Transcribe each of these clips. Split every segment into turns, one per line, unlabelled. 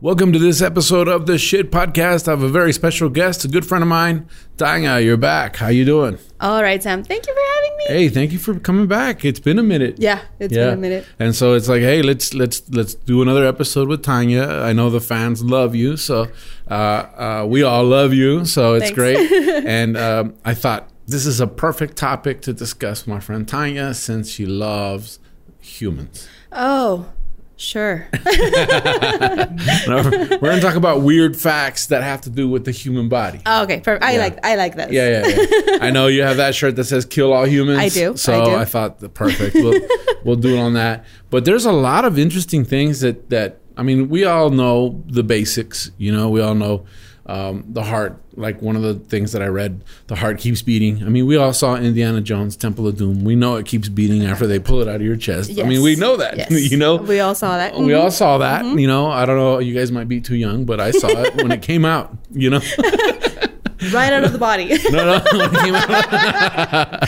Welcome to this episode of The Shit Podcast. I have a very special guest, a good friend of mine. Danya, you're back. How you doing?
All right, Sam. Thank you for having me.
Hey, thank you for coming back. It's been a minute.
Yeah, it's been a minute.
And so it's like, hey, let's let's let's do another episode with Tanya. I know the fans love you, so uh, uh, we all love you. So it's
Thanks.
great. and um, I thought this is a perfect topic to discuss with my friend Tanya since she loves humans.
Oh, sure.
We're going to talk about weird facts that have to do with the human body.
Oh, okay, perfect. I like I like that.
Yeah, yeah, yeah. I know you have that shirt that says "Kill all humans."
I do,
So
I do.
thought the perfect. We'll, we'll do it on that. But there's a lot of interesting things that that I mean, we all know the basics. You know, we all know um, the heart. Like one of the things that I read, the heart keeps beating. I mean, we all saw Indiana Jones, Temple of Doom. We know it keeps beating after they pull it out of your chest. I mean,
Yes.
we know that.
Yes.
You know,
we Mm-hmm. all saw that.
we all saw that. You know, I don't know. You guys might be too young, but I saw it when it came out. You know.
Mm-hmm. right out of the body.
No, no. when it came out.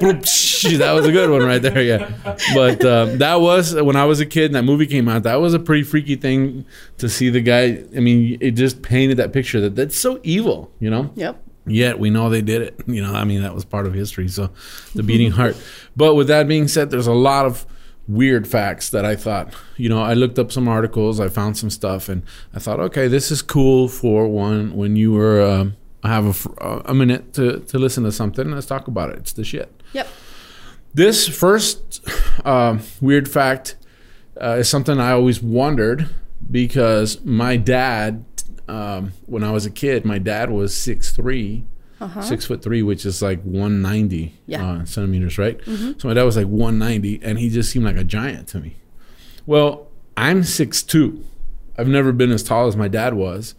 Boop, shh, that was a good one right there. Yeah. But um, that was when I was a kid and that movie came out. That was a pretty freaky thing to see the guy. I mean, it just painted that picture that that's so evil, you know?
yep.
Yet we know they did it. You know, I mean, that was part of history. So the beating heart. But with that being said, there's a lot of weird facts that I thought, you know, I looked up some articles, I found some stuff, and I thought, okay, this is cool for one when you were, um, have a, fr- uh, a minute to, to listen to something. Let's talk about it. It's the shit.
Yep.
This first um weird fact uh, is something I always wondered because my dad, um, when I was a kid, my dad was six three, six foot three, which is like one ninety
Yeah.
uh, centimeters, right? So my dad was like one ninety, and he just seemed like a giant to me. Well, I'm six two. I've never been as tall as my dad was,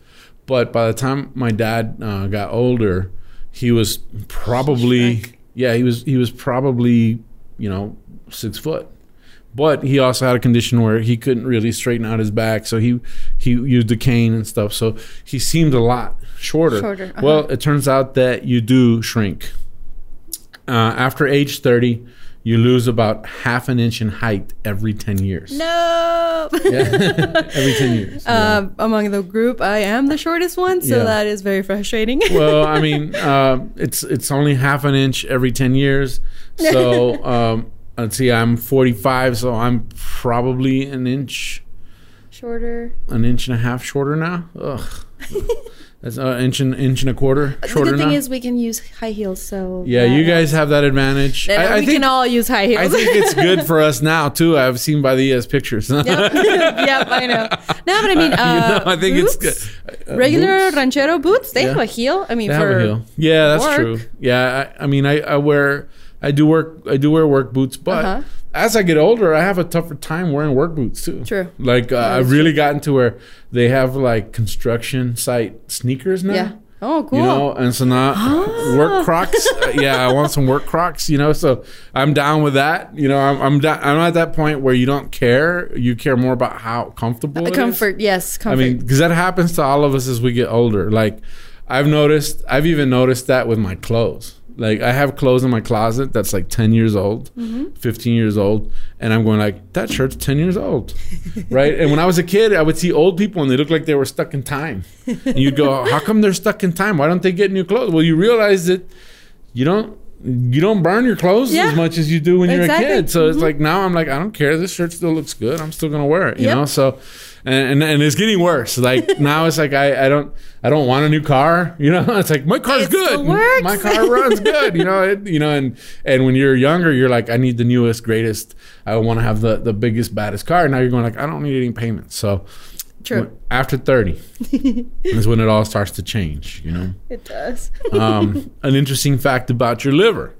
but by the time my dad uh, got older, he was probably yeah he was he was probably you know six foot, but he also had a condition where he couldn't really straighten out his back, so he he used a cane and stuff, so he seemed a lot shorter.
Shorter, uh-huh.
Well, it turns out that you do shrink uh, after age thirty. You lose about half an inch in height every ten years.
No.
Yeah. Every 10 years. yeah.
Um, among the group, I am the shortest one, so
Yeah.
that is very frustrating.
Well, I mean, uh, it's it's only half an inch every 10 years. So, um, let's see, I'm 45, so I'm probably an inch,
Shorter.
an inch and a half shorter now. Ugh. That's an inch and, inch and a quarter
the
shorter
good thing
now.
is we can use high heels, so
yeah, you guys have that advantage.
Then
I, I
we
think,
can all use high
I
heels.
think it's good for us now, too. I've seen by the ES pictures.
yep. Yep, I know. No, but I mean, uh,
I think it's
boots,
good. Uh,
Regular
boots?
ranchero boots, they
Yeah.
have a heel. I mean,
They
for
have a heel. Yeah, that's
work.
true. Yeah, I, I mean, I, I wear, I do work, I do wear work boots, but
Uh-huh.
as I get older, I have a tougher time wearing work boots too.
True.
Like uh, I've really gotten to where they have like construction site sneakers now.
yeah. Oh, cool. Ah.
You know, and so now work Crocs. uh, yeah, I want some work Crocs. You know, so I'm down with that. You know, I'm I'm, down, I'm at that point where you don't care. You care more about how comfortable.
Uh,
it is.
comfort, yes, comfort.
I mean, because that happens to all of us as we get older. Like, I've noticed, I've even noticed that with my clothes. Like, I have clothes in my closet that's like 10 years old,
Mm-hmm.
15 years old, and I'm going like, that shirt's 10 years old, right? And when I was a kid, I would see old people and they looked like they were stuck in time. And you'd go, how come they're stuck in time? Why don't they get new clothes? Well, you realize that you don't you don't burn your clothes
Yeah.
as much as you do when
Exactly.
you're a kid. So
Mm-hmm.
it's like now I'm like I don't care. This shirt still looks good. I'm still gonna wear it. You
Yep.
know. So and, and and it's getting worse. Like now it's like I I don't I don't want a new car. You know. It's like my car's
It
good.
still works.
My car runs good. You know. It, you know. And and when you're younger, you're like I need the newest, greatest. I want to have the the biggest, baddest car. Now you're going like I don't need any payments. So
True.
after thirty is when it all starts to change. You know
It does.
um, an interesting fact about your liver.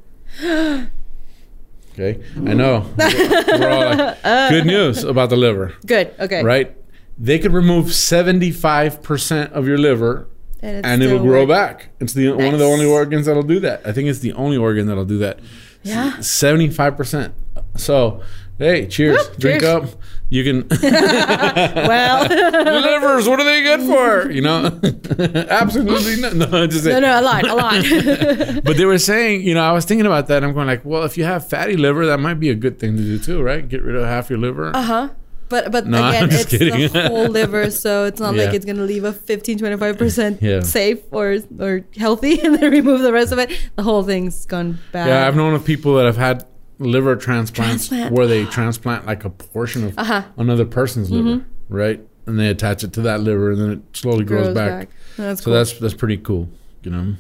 Okay, I know. We're all like, good news about the liver,
Good. Okay.
right? They could remove 75% of your liver
And, it's
and it'll
still
grow
work-
back. It's the one of the
Nice.
only organs that'll do that. I think it's the only organ that'll do that.
Yeah.
seventy five percent. So, hey, cheers.
Whoop,
Drink
cheers.
up. You can
Well,
livers. What are they good for? You know, absolutely not. No, I'm just
no,
saying.
no, a lot, a lot.
But they were saying, you know, I was thinking about that. And I'm going like, well, if you have fatty liver, that might be a good thing to do too, right? Get rid of half your liver.
Uh huh. But but
No, I'm
again,
just
it's
kidding.
the whole liver, so it's not like
Yeah.
it's gonna leave a 15, 25 percent
Yeah.
safe or or healthy, and then remove the rest of it. The whole thing's gone bad.
Yeah, I've known of people that have had liver transplants
Transplant.
where they transplant like a portion of
Uh-huh. Mm-hmm.
another person's liver, right? And they attach it to that liver, and then it slowly grows, back.
Oh, That's
So
cool.
that's that's pretty cool, you know.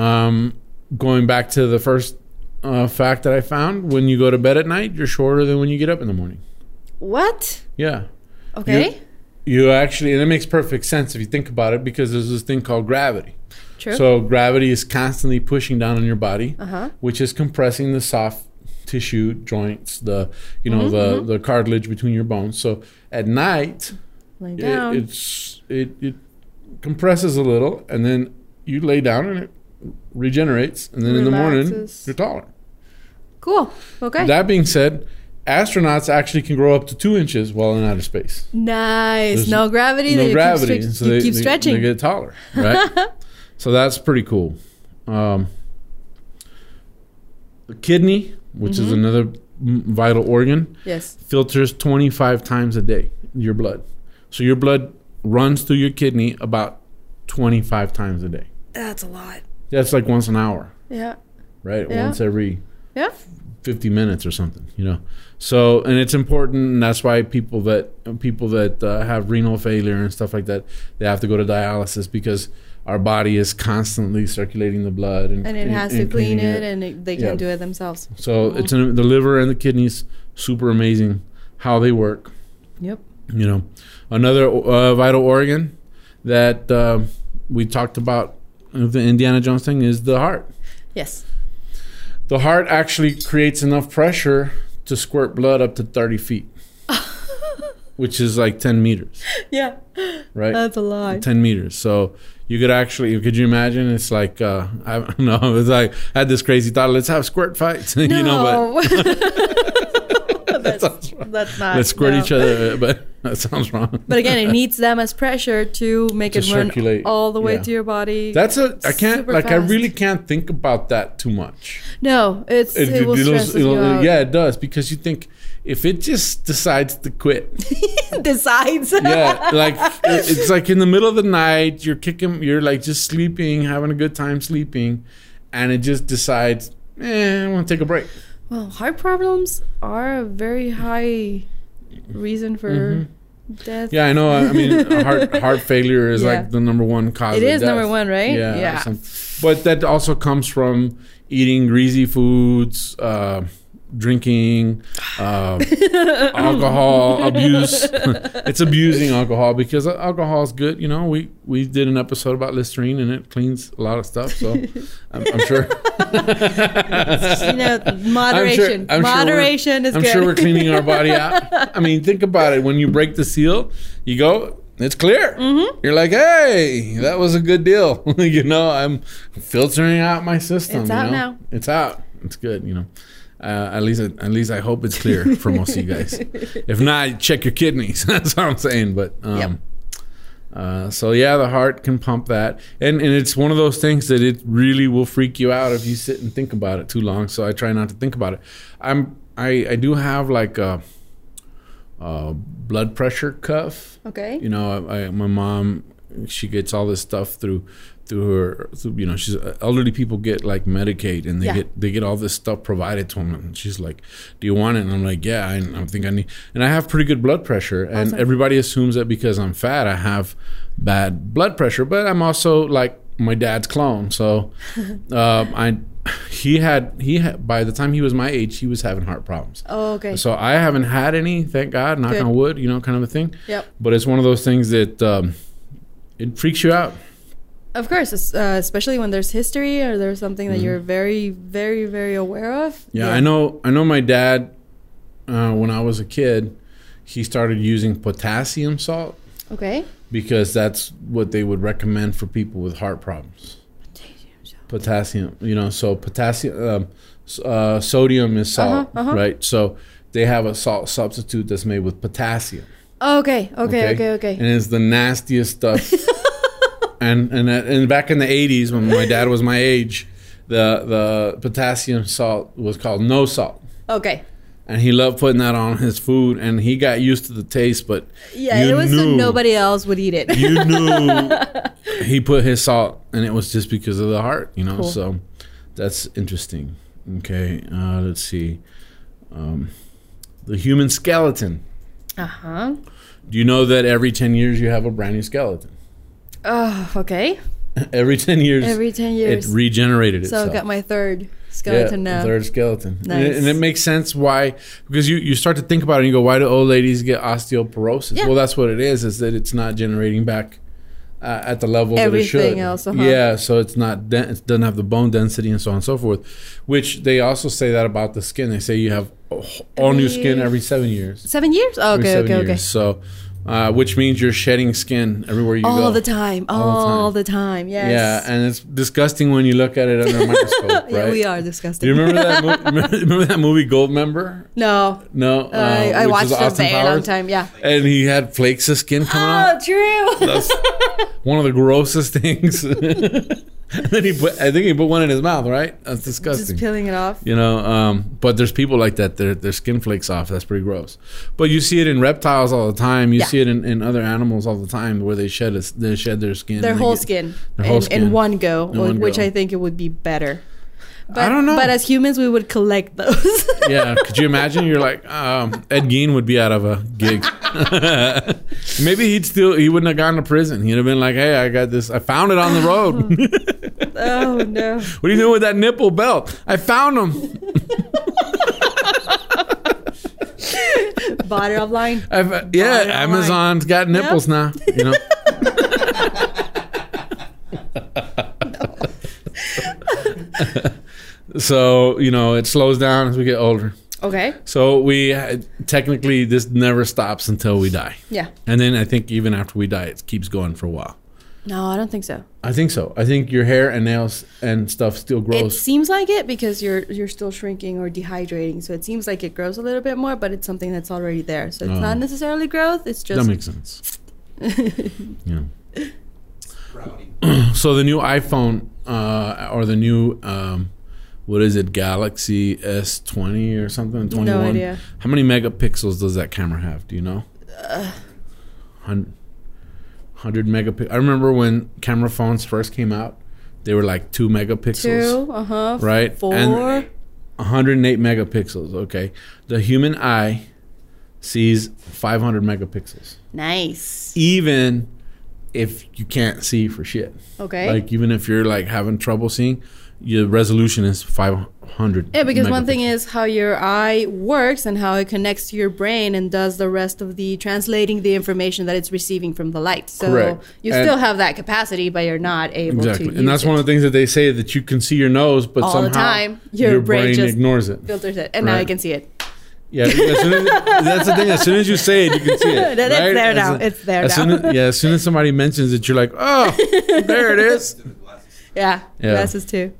Um, going back to the first uh, fact that I found, when you go to bed at night, you're shorter than when you get up in the morning.
what?
Yeah,
Okay,
you actually, and it makes perfect sense if you think about it, because there's this thing called gravity.
true.
So gravity is constantly pushing down on your body
uh huh.
which is compressing the soft tissue joints the you
Mm-hmm,
know the the cartilage between your bones so at night
Lay
it,
down.
it's it, it compresses a little and then you lay down and it regenerates and then in the morning
Relaxes.
you're taller
cool. Okay.
that being said astronauts actually can grow up to two inches while in outer space
nice.
there's
No gravity. that
no
you
gravity
Keep
so
stretch- you
they,
keep
they-
stretching.
they get taller right so that's pretty cool um, the kidney which
Mm-hmm.
is another mm, vital organ
yes.
filters 25 times a day your blood so your blood runs through your kidney about 25 times a day
That's a lot.
that's like once an hour
Yeah.
right
Yeah.
once every
Yeah.
50 minutes or something you know so and it's important and that's why people that people that uh, have renal failure and stuff like that they have to go to dialysis because our body is constantly circulating the blood and,
And it has to
and
clean
cleaning
it, and it, they
Yeah.
can't do it themselves.
so it's an, the liver and the kidneys super amazing how they work
Yep.
you know another uh, vital organ that uh, we talked about with the indiana jones thing is the heart
Yes.
the heart actually creates enough pressure to squirt blood up to 30 feet which is like 10 meters
Yeah.
right
That's a lot.
10 meters so you could actually could you imagine it's like uh i don't know it's like i had this crazy thought let's have squirt fights you know but
but that's, that's not.
let's squirt
no.
each other but that sounds wrong
But again, it needs them as pressure to make
To
it run
circulate,
all the way
yeah.
to your body.
that's a i can't
Super
like i
fast.
really can't think about that too much
no, it's it,
It- it-
will
it'll-
stresses
it'll-
you out.
yeah, it does because you think if it just decides to quit,
Decides.
yeah, like it- it's like in the middle of the night, you're kicking, you're like just sleeping, having a good time sleeping, and it just decides, eh, I want to take a break.
Well, heart problems are a very high reason for death.
Mm-hmm. Yeah, I know. I I mean, heart heart failure is
Yeah.
like the number one cause.
It
of
is
death.
number one, right?
Yeah,
Yeah.
some- but that also comes from eating greasy foods, uh, drinking, uh, alcohol abuse. it's abusing alcohol because alcohol is good. You know, we we did an episode about Listerine and it cleans a lot of stuff. So I'm, I'm sure
You know, moderation.
I'm sure we're-
moderation is
I'm
good.
sure we're cleaning our body out. I mean, think about it. When you break the seal, you go. It's clear.
Mm-hmm.
You're like, hey, that was a good deal. you know, I'm filtering out my system.
It's
you
out
know?
now.
It's out. It's good. You know, uh, at least at least I hope it's clear for most of you guys. If not, check your kidneys. That's what I'm saying. But um,
Yep.
uh, so yeah, the heart can pump that, and and it's one of those things that it really will freak you out if you sit and think about it too long. So I try not to think about it. I'm I I do have like a, a blood pressure cuff.
okay.
You know, I, I, my mom she gets all this stuff through through her through, you know she's uh, elderly people get like medicaid and they
Yeah.
get they get all this stuff provided to them and she's like do you want it and i'm like yeah i, I think i need and i have pretty good blood pressure and
Awesome.
everybody assumes that because i'm fat i have bad blood pressure but i'm also like my dad's clone so uh, i he had he had, by the time he was my age he was having heart problems
Oh, okay.
so I haven't had any, thank God, knock
Good.
on wood, you know, kind of a thing.
Yep.
But it's one of those things that um, it freaks you out.
Of course, es- uh, especially when there's history or there's something that you're very, very, very aware of.
Mm-hmm. Yeah, I know. I know my dad. Uh, when I was a kid, he started using potassium salt,
Okay.
because that's what they would recommend for people with heart problems. Potassium, you know, so potassium, um, s- uh, sodium is salt,
Uh-huh, uh-huh.
right? So they have a salt substitute that's made with potassium.
Okay, okay, okay, okay.
And it's the nastiest stuff. and and and back in the eighties, when my dad was my age, the the potassium salt was called no salt,
Okay.
and he loved putting that on his food, and he got used to the taste, but
Yeah,
You
it was so
knew.
nobody else would eat it.
you knew he put his salt, and it was just because of the heart, you know.
Cool.
So that's interesting. Okay, uh, let's see. Um, the human skeleton.
uh huh.
Do you know that every ten years you have a brand new skeleton?
Oh, okay.
every ten years,
Every
it
10 years.
regenerated
so
itself.
I got my third
Yeah,
skeleton
the
now.
Third skeleton. And, it,
Nice.
and it makes sense why because you, you start to think about it and you go, why do old ladies get osteoporosis?
Yeah.
Well, that's what it is. Is that it's not generating back uh, at the level that it should.
Everything else, uh-huh.
Yeah, so it's not den- it doesn't have the bone density and so on and so forth. Which they also say that about the skin. They say you have all new skin
Every-
every seven years.
Seven years? Oh,
Every
okay,
seven
okay, okay.
years. So, uh, which means you're shedding skin everywhere you go.
All the time.
All the time.
All the time. Yes.
Yeah, and it's disgusting when you look at it under a microscope, right?
Yeah, we are
Do
disgusting.
you remember that? Movie, remember, remember that movie Gold Member?
no.
No, uh,
I I
which
watched
was
it a
Austin
very long
Powers?
time. Yeah.
and he had flakes of skin coming out.
Oh, true.
That's one of the grossest things. and then he put, I think he put one in his mouth, right? That's
Just
disgusting.
peeling it off.
you know, um, but there's people like that. Their their skin flakes off. That's pretty gross. But you see it in reptiles all the time. You
Yeah.
see it in, in other animals all the time, where they shed a, they shed their skin.
Their
and they
whole
get-
skin,
their whole
in,
skin.
in one go,
In one
which
go.
I think it would be better. But,
don't know.
But as humans, we would collect those.
yeah. Could you imagine? You're like um, Ed Gein would be out of a gig. Maybe he'd still he wouldn't have gone to prison. He'd have been like, "Hey, I got this. I found it on the road.
oh no!
what are you doing with that nipple belt? I found them.
Body of line.
I've, yeah,
Bottom line.
Amazon's got nipples now. You know." so you know it slows down as we get older.
Okay.
So we technically this never stops until we die.
Yeah.
And then I think even after we die, it keeps going for a while.
No, I don't think so.
I think so. I think your hair and nails and stuff still
It
grows.
seems like it because you're you're still shrinking or dehydrating, so it seems like it grows a little bit more, but it's something that's already there. So it's
Oh.
not necessarily growth. It's
that
just
makes sense. yeah. so the new iPhone uh, or the new um, what is it? Galaxy S20 or something? 21.
no idea.
How many megapixels does that camera have? Do you know?
Uh.
Hun- 100 megapixels. I remember when camera phones first came out, they were like 2 megapixels.
Two. Uh huh.
Right,
Four.
and- 108 megapixels. Okay, the human eye sees 500 megapixels,
nice.
even if you can't see for shit.
Okay.
Like even if you're like having trouble seeing, your resolution is 500.
Yeah, because one thing
megapixels.
is how your eye works and how it connects to your brain and does the rest of the translating the information that it's receiving from the light. So
Correct.
you
And-
still have that capacity, but you're not able
exactly,
to.
and that's one of the things that they say that you can see your nose, but
All
somehow
the time, your brain just-
ignores it.
filters it, and now I
Right.
can see it.
Yeah, because as soon as, that's the thing. As soon as you say it, you can see it.
It's
right?
there
As
now.
soon-
It's there
as
now.
soon as- yeah, as soon as somebody mentions it, you're like, oh, there it is.
Yeah,
Yeah.
glasses too.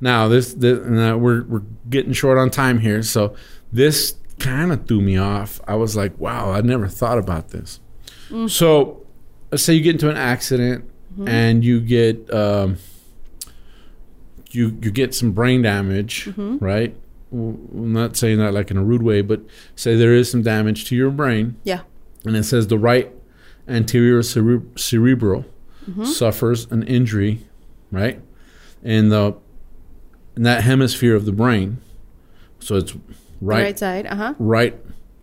Now this, this uh, we're we're getting short on time here, so this kind of threw me off. I was like, wow, I never thought about this. So let's say you get into an accident and you get um, you you get some brain damage, right? W- I'm not saying that like in a rude way, but say there is some damage to your brain,
Yeah.
and it says the right anterior cere- cerebral
Mm-hmm.
suffers an injury, right? And the in that hemisphere of the brain, so it's
The
right
right side. Uh huh.
right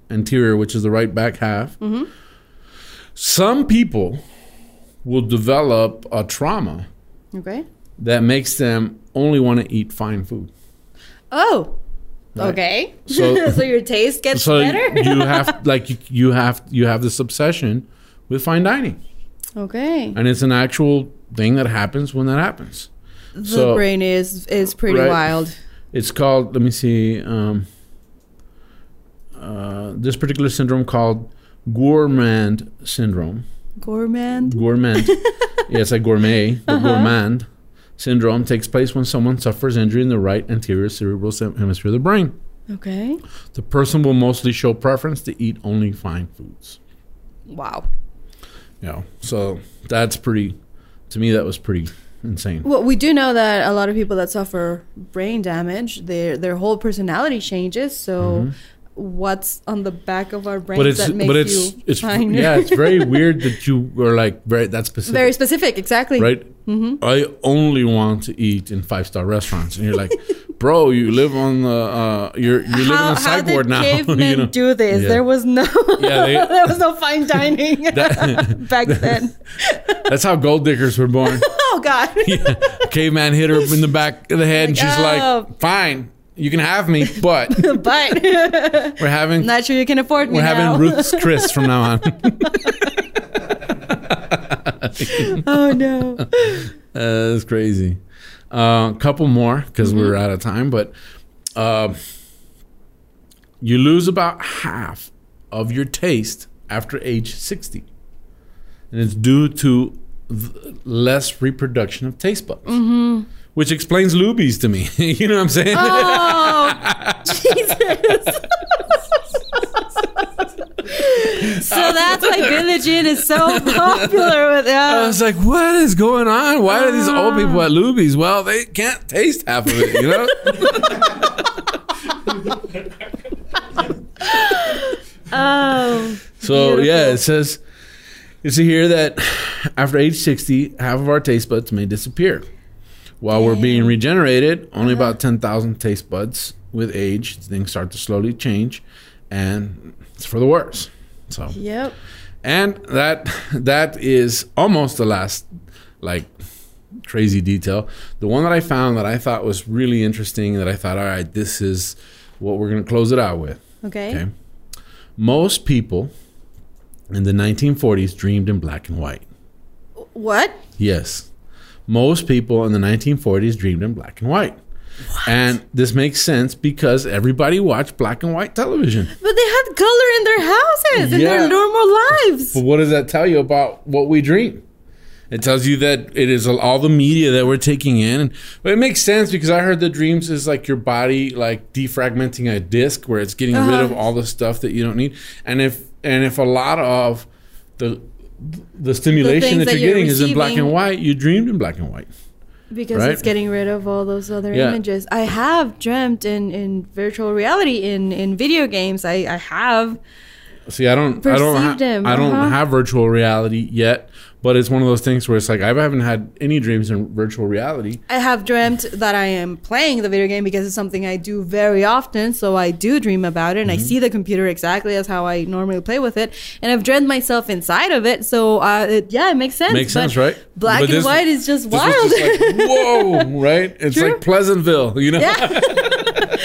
anterior, which is the right back half.
Mm-hmm.
Some people will develop a trauma
Okay.
that makes them only want to eat fine food.
Oh.
Right.
Okay.
So-
So, your taste gets
So
better.
you have like you, you have you have this obsession with fine dining.
okay.
and it's an actual thing that happens when that happens.
The
so-
brain is is pretty
Right.
wild.
It's called. Let me see. Um, uh, this particular syndrome called Gourmand syndrome,
Gourmand.
Gourmand. yeah, it's like gourmet, but
Uh-huh.
gourmand syndrome takes place when someone suffers injury in the right anterior cerebral sem- hemisphere of the brain.
Okay.
The person will mostly show preference to eat only fine foods.
Wow.
You know, so that's pretty. To me, that was pretty insane.
Well, we do know that a lot of people that suffer brain damage, their their whole personality changes. So, what's on the back of our brains
Mm-hmm. But it's
that makes
but it's
you
it's
finer?
yeah, it's very weird that you were like very that specific.
very Mm-hmm. specific, exactly.
right? I only want to eat in five star restaurants, and you're like, bro, you live on the uh, you're you live
How,
on the
how
sideboard
did
now.
cavemen
you know?
do this?
Yeah.
There was no,
Yeah, they-
there was no fine dining
That-
back then.
That's how gold diggers were born.
Oh God!
yeah. Caveman hit her in the back of the head, and
Like,
she's
oh.
like, fine, you can have me, but
but
we're having
not sure you can afford me
we're having
now.
Ruth's Chris from now on.
oh no!
Uh, that's crazy. A uh, couple more because we're out of time, but uh, you lose about half of your taste after age 60. And it's due to th- less reproduction of taste buds, which explains lubies to me. you know what I'm saying?
Oh Jesus! so that's why Billie is so popular with
I
us.
was like, what is going on? Why are these old people at lubies? Well, they can't taste half of it, you know?
Oh,
So yeah,
Beautiful.
it says it's here that after age sixty, half of our taste buds may disappear. While we're being regenerated, only about ten thousand taste buds with age, things start to slowly change, and it's for the worse. So
yep.
and that that is almost the last like crazy detail. The one that I found that I thought was really interesting that I thought, all right, this is what we're gonna close it out with.
Okay.
Okay. Most people in the 1940s dreamed in black and white.
What?
Yes. Most people in the 1940s dreamed in black and white. And this makes sense because everybody watched black and white television.
But they had color in their houses in
Yeah.
their normal lives.
But what does that tell you about what we dream? It tells you that it is all the media that we're taking in. But it makes sense because I heard that dreams is like your body like defragmenting a disc where it's getting rid
Uh-huh.
of all the stuff that you don't need. And if and if a lot of the the stimulation
things
that,
that
you're
you're
getting is in black and
receiving-
white, you dreamed in black and white.
because
Right.
it's getting rid of all those other
Yeah.
images. I have dreamt in, in virtual reality in, in video games. I, I have.
See, I don't, I don't, ha-
Perceived him,
I don't
uh-huh.
have virtual reality yet. But it's one of those things where it's like I haven't had any dreams in virtual reality.
I have dreamt that I am playing the video game because it's something I do very often. So I do dream about it
Mm-hmm.
and I see the computer exactly as how I normally play with it. And I've dreamt myself inside of it. So uh, it, yeah, it makes sense.
Makes
But
sense, right?
Black
But
and
this-
white is just
This
wild.
was just like, whoa, right? It's
True.
like Pleasantville, you know.
yeah.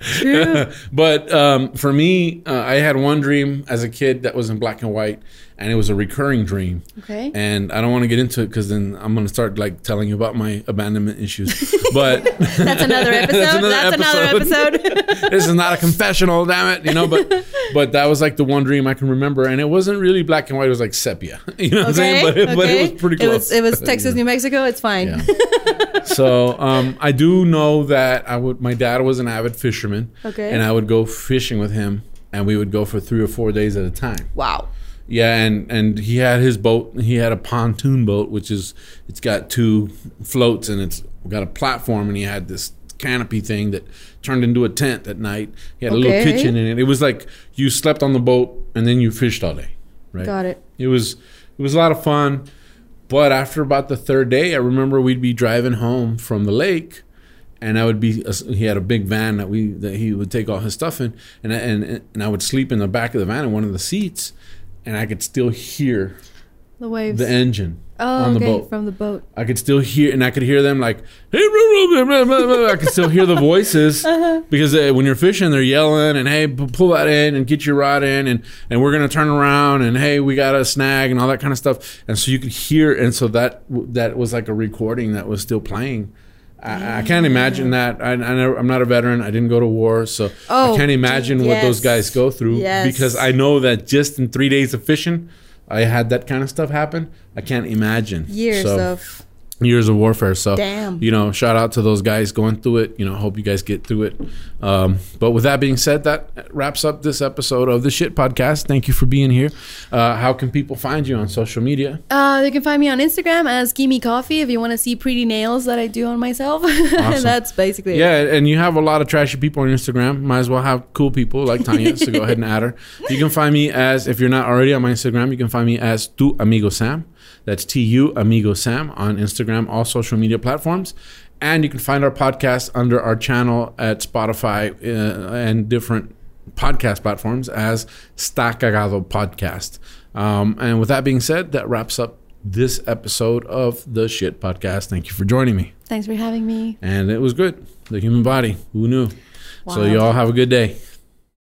True.
But um, for me, uh, I had one dream as a kid that was in black and white, and it was a recurring dream.
Okay.
And I don't want to get into it because then I'm going to start like telling you about my abandonment issues. But
That's another episode. That's another, episode.
this is not a confessional, damn it. You know, but but that was like the one dream I can remember, and it wasn't really black and white. It was like sepia. You know what I'm
Okay.
saying? But,
okay.
it- but it was pretty
It
close.
was, it was Texas, New Mexico. It's fine.
Yeah. so um, I do know that I would. My dad was an avid fisherman,
Okay.
and I would go fishing with him, and we would go for three or four days at a time.
Wow.
Yeah, and and he had his boat. He had a pontoon boat, which is it's got two floats and it's got a platform, and he had this canopy thing that turned into a tent at night. He had a little
Okay.
kitchen in it. It was like you slept on the boat and then you fished all day. Right.
Got it.
It was it was a lot of fun, but after about the third day, I remember we'd be driving home from the lake, and I would be uh, he had a big van that we that he would take all his stuff in, and I- and and I would sleep in the back of the van in one of the seats, and I could still hear
The waves.
the engine
oh,
on the
okay.
boat.
From the boat.
I could still hear, and I could hear them like, hey, blah, blah, blah, blah, blah, blah." I could still hear the voices
Uh-huh.
because uh, when you're fishing, they're yelling and hey, p- pull that in and get your rod in, and and we're gonna turn around and hey, we got a snag and all that kind of stuff. And so you could hear, and so that that was like a recording that was still playing. I, I can't imagine that. I, I never, I'm not a veteran. I didn't go to war, so I
Oh,
can't imagine what those
yes.
guys go through
Yes.
because I know that just in three days of fishing, I had that kind of stuff happen. I can't imagine
Years
So,
of
years of warfare. So
Damn.
you know, shout out to those guys going through it. You know, hope you guys get through it. Um, but with that being said, that wraps up this episode of the Shit Podcast. Thank you for being here. Uh, how can people find you on social media?
Uh, you can find me on Instagram as Gimme Coffee if you want to see pretty nails that I do on myself. That's basically it.
Yeah, and you have a lot of trashy people on Instagram. Might as well have cool people like Tanya. so go ahead and add her. You can find me as if you're not already on my Instagram. You can find me as Tu Amigo Sam. That's T U Amigo Sam on Instagram, all social media platforms. And you can find our podcast under our channel at Spotify uh, and different podcast platforms as Está Cagado Podcast. Um, and with that being said, that wraps up this episode of the Shit Podcast. Thank you for joining me
Thanks for having me.
and it was good. The human body, who knew? So
Wow.
y'all have a good day.